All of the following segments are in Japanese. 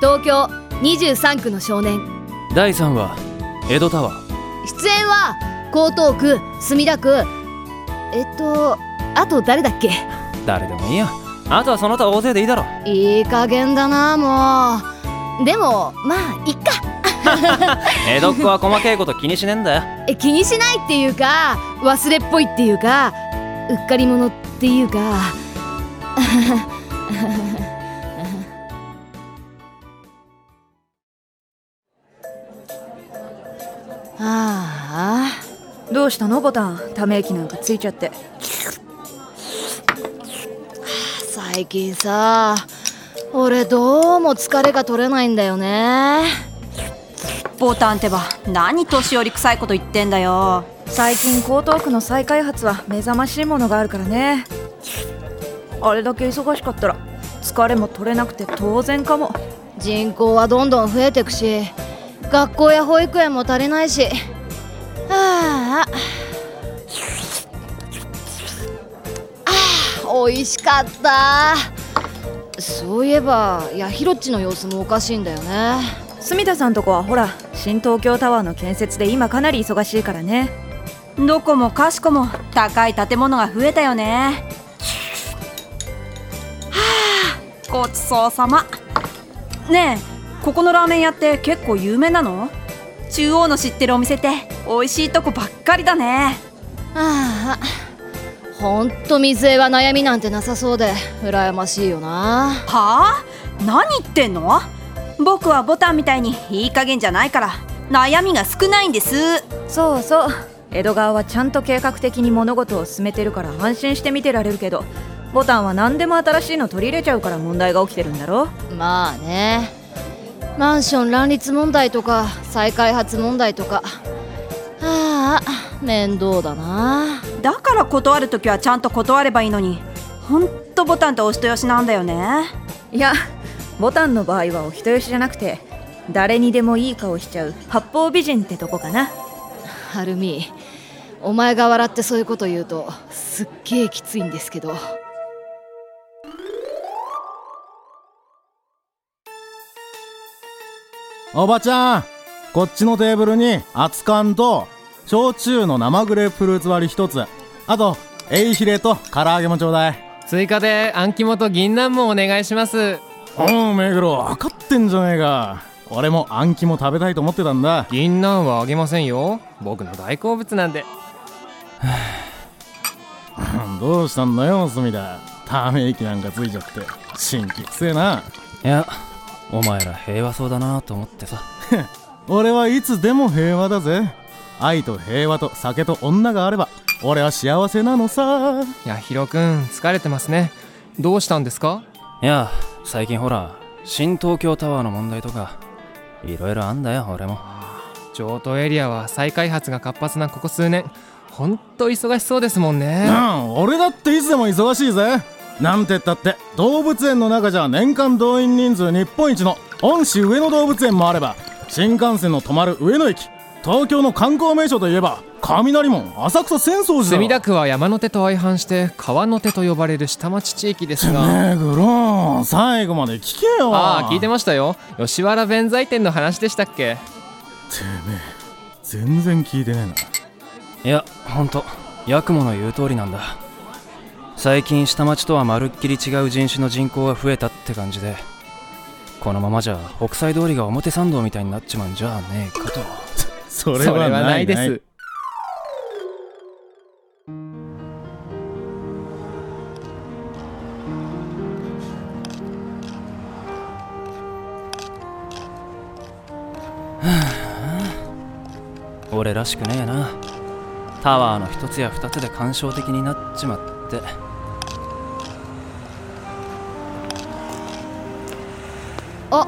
東京23区の少年第3話江戸タワー出演は江東区墨田区えっとあと誰だっけ誰でもいいやあとはその他大勢でいいだろいい加減だなもうでもまあいっか江戸っ子は細けいこと気にしねえんだよえ気にしないっていうか忘れっぽいっていうかうっかり者っていうか ああどうしたのボタンため息なんかついちゃって最近さ俺どうも疲れが取れないんだよねボタンってば何年寄り臭いこと言ってんだよ最近江東区の再開発は目覚ましいものがあるからねあれだけ忙しかったら疲れも取れなくて当然かも人口はどんどん増えてくし学校や保育園も足りないしはあああ美味しかったそういえばヤヒロッチの様子もおかしいんだよね住田さんとこはほら新東京タワーの建設で今かなり忙しいからねどこもかしこも高い建物が増えたよねはあごちそうさまねえここのラーメン屋って結構有名なの中央の知ってるお店って美味しいとこばっかりだねああほんと水江は悩みなんてなさそうで羨ましいよなはあ何言ってんの僕はボタンみたいにいい加減じゃないから悩みが少ないんですそうそう江戸川はちゃんと計画的に物事を進めてるから安心して見てられるけどボタンは何でも新しいの取り入れちゃうから問題が起きてるんだろまあねマンション乱立問題とか再開発問題とかああ面倒だなだから断るときはちゃんと断ればいいのにほんとボタンとお人よしなんだよねいやボタンの場合はお人よしじゃなくて誰にでもいい顔しちゃう八方美人ってとこかなはるみお前が笑ってそういうこと言うとすっげえきついんですけどおばちゃんこっちのテーブルに熱燗と焼酎の生グレープフルーツ割り一つあとエイヒレと唐揚げもちょうだい追加であん肝と銀杏もお願いしますうん目黒分かってんじゃねえか俺もあん肝食べたいと思ってたんだ 銀杏はあげませんよ僕の大好物なんでうんどうしたんだよ隅田ため息なんかついちゃって神気くせえないやお前ら平和そうだなと思ってさ俺はいつでも平和だぜ愛と平和と酒と女があれば俺は幸せなのさいやひろくん疲れてますねどうしたんですかいや最近ほら新東京タワーの問題とかいろいろあんだよ俺も上東エリアは再開発が活発なここ数年ほんと忙しそうですもんうねん、俺だっていつでも忙しいぜなんてったって動物園の中じゃ年間動員人数日本一の恩師上野動物園もあれば新幹線の止まる上野駅東京の観光名所といえば雷門浅草浅草寺だろ墨田区は山の手と相反して川の手と呼ばれる下町地域ですがねえグローン最後まで聞けよああ聞いてまましたよ吉原弁財天の話でしたっけ全然聞いてねえないやほんとヤクモの言う通りなんだ最近下町とはまるっきり違う人種の人口が増えたって感じでこのままじゃ北西通りが表参道みたいになっちまうんじゃねえかとそそれはないでないす俺らしくねえなタワーの一つや二つで感傷的になっちまってあ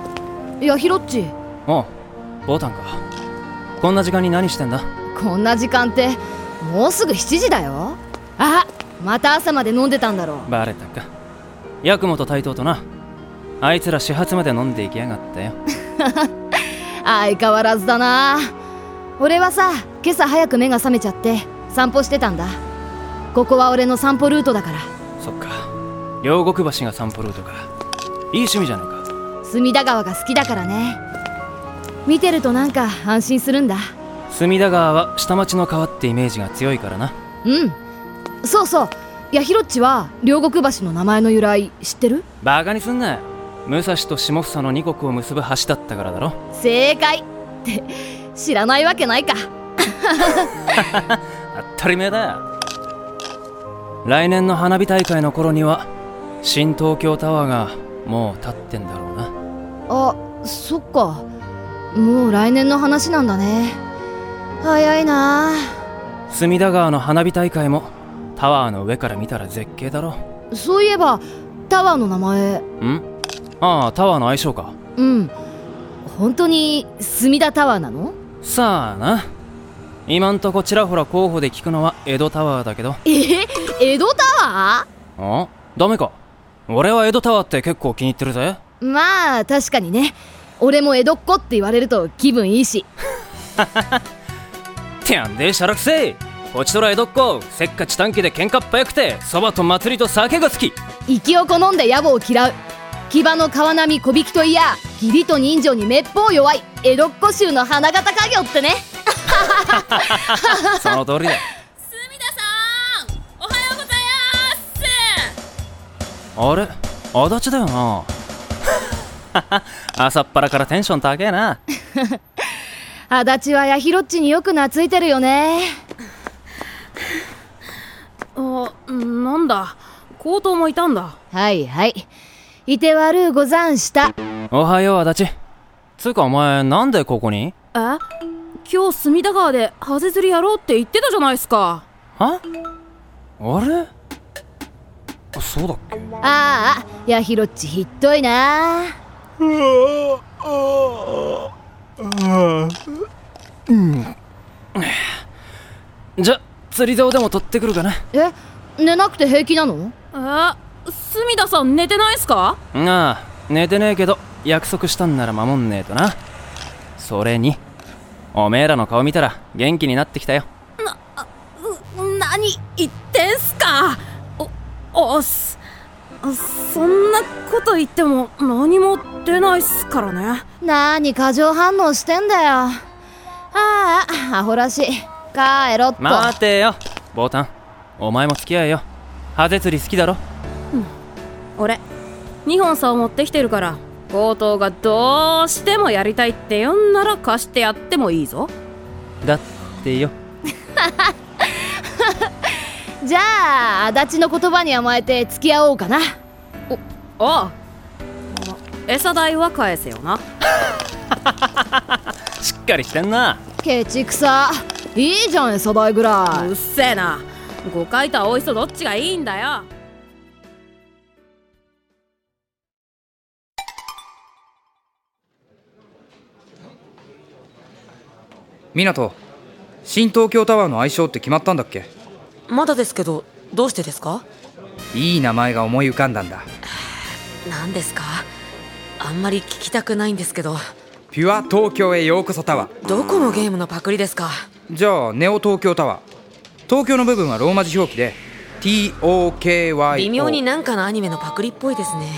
ヤヒロッチおうボタンかこんな時間に何してんだこんな時間ってもうすぐ7時だよあまた朝まで飲んでたんだろバレたかヤクモと対等となあいつら始発まで飲んでいきやがったよ相変わらずだな俺はさ今朝早く目が覚めちゃって散歩してたんだここは俺の散歩ルートだからそっか両国橋が散歩ルートかいい趣味じゃないか隅田川が好きだからね見てるとなんか安心するんだ隅田川は下町の川ってイメージが強いからなうんそうそう八尋っちは両国橋の名前の由来知ってるバカにすんなよ武蔵と下総の二国を結ぶ橋だったからだろ正解って知らないわけないか当たり前だよ来年の花火大会の頃には新東京タワーがもう建ってんだろうなあそっかもう来年の話なんだね早いな隅田川の花火大会もタワーの上から見たら絶景だろそういえばタワーの名前んああタワーの愛称かうん本当に隅田タワーなのさあな今んとこちらほら候補で聞くのは江戸タワーだけどえ江戸タワあダメか俺は江戸タワーって結構気に入ってるぜーまあ確かにね俺も江戸っ子って言われると気分いいしてやんでしゃらくせえこちとら江戸っ子せっかち短期で喧嘩っ早くてそばと祭りと酒が好き生きを好んで野暮を嫌う騎馬の川並み小引きといや義理と人情にめっぽう弱い江戸っ子衆の花形家業ってねその通りだあれ足立だよな 朝っぱらからテンション高えな足立は八尋っちによく懐いてるよね あ、なんだ。強盗もいたんだ。はいはいいてわるござんしたおはよう足立つうかお前なんでここにえ今日隅田川でハゼ釣りやろうって言ってたじゃないですか。はあれあそうだっけああ八尋っちひっといなじゃ釣り竿でも取ってくるかなえ寝なくて平気なのえ隅田さん寝てないっすかああ寝てねえけど約束したんなら守んねえとなそれにおめえらの顔見たら元気になってきたよう何言ってんすかお、おっす。そんなこと言っても何も出ないっすからね。なーに過剰反応してんだよああアホらしい帰ろっと、待てよボタンお前も付き合えよハゼ釣り好きだろ俺、二本さを持ってきてるから、強盗がどうしてもやりたいって言うんなら貸してやってもいいぞ。だってよじゃあ足立の言葉に甘えて付き合おうかなああ餌代は返せよなしっかりしてんなケチくさいいじゃん餌代ぐらうっせえな誤解と青い人どっちがいいんだよ湊新東京タワーの愛称って決まったんだっけまだですけどどうしてですかいい名前が思い浮かんだんだ何ですかあんまり聞きたくないんですけどピュア東京へようこそタワーどこのゲームのパクリですかじゃあネオ東京タワー東京の部分はローマ字表記で TOKYO 微妙になんかのアニメのパクリっぽいですね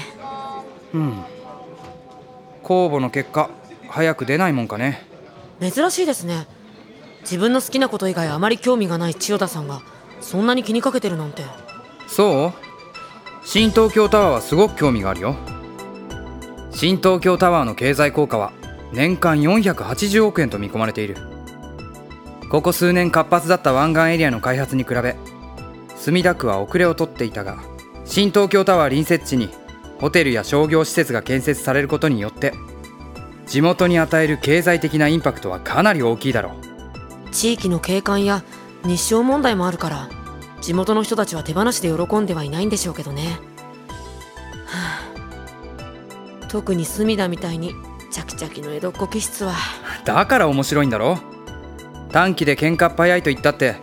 公募の結果早く出ないもんかね珍しいですね自分の好きなこと以外あまり興味がない千代田さんがそんなに気にかけてるなんてそう新東京タワーはすごく興味があるよ新東京タワーの経済効果は年間480億円と見込まれているここ数年活発だった湾岸エリアの開発に比べ墨田区は遅れを取っていたが新東京タワー隣接地にホテルや商業施設が建設されることによって地元に与える経済的なインパクトはかなり大きいだろう地域の景観や日照問題もあるから地元の人たちは手放しで喜んではいないんでしょうけどね、はあ特に隅田みたいにチャキチャキの江戸っ子気質はだから面白いんだろ短期で喧嘩っ早いと言ったって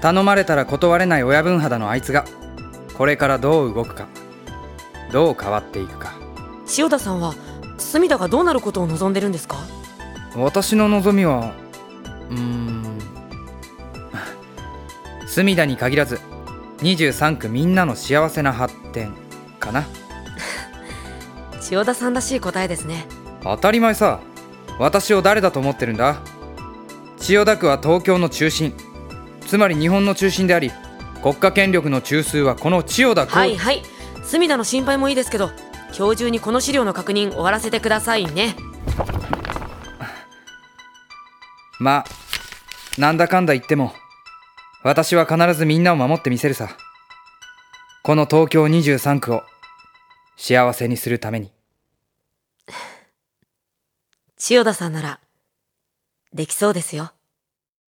頼まれたら断れない親分肌のあいつがこれからどう動くかどう変わっていくか千代田さんは隅田がどうなることを望んでるんですか私の望みはうーん隅田に限らず23区みんなの幸せな発展かな千代田さんらしい答えですね当たり前さ私を誰だと思ってるんだ千代田区は東京の中心つまり日本の中心であり国家権力の中枢はこの千代田区をはいはい隅田の心配もいいですけど今日中にこの資料の確認終わらせてくださいねまあなんだかんだ言っても私は必ずみんなを守ってみせるさこの東京23区を幸せにするために千代田さんならできそうですよ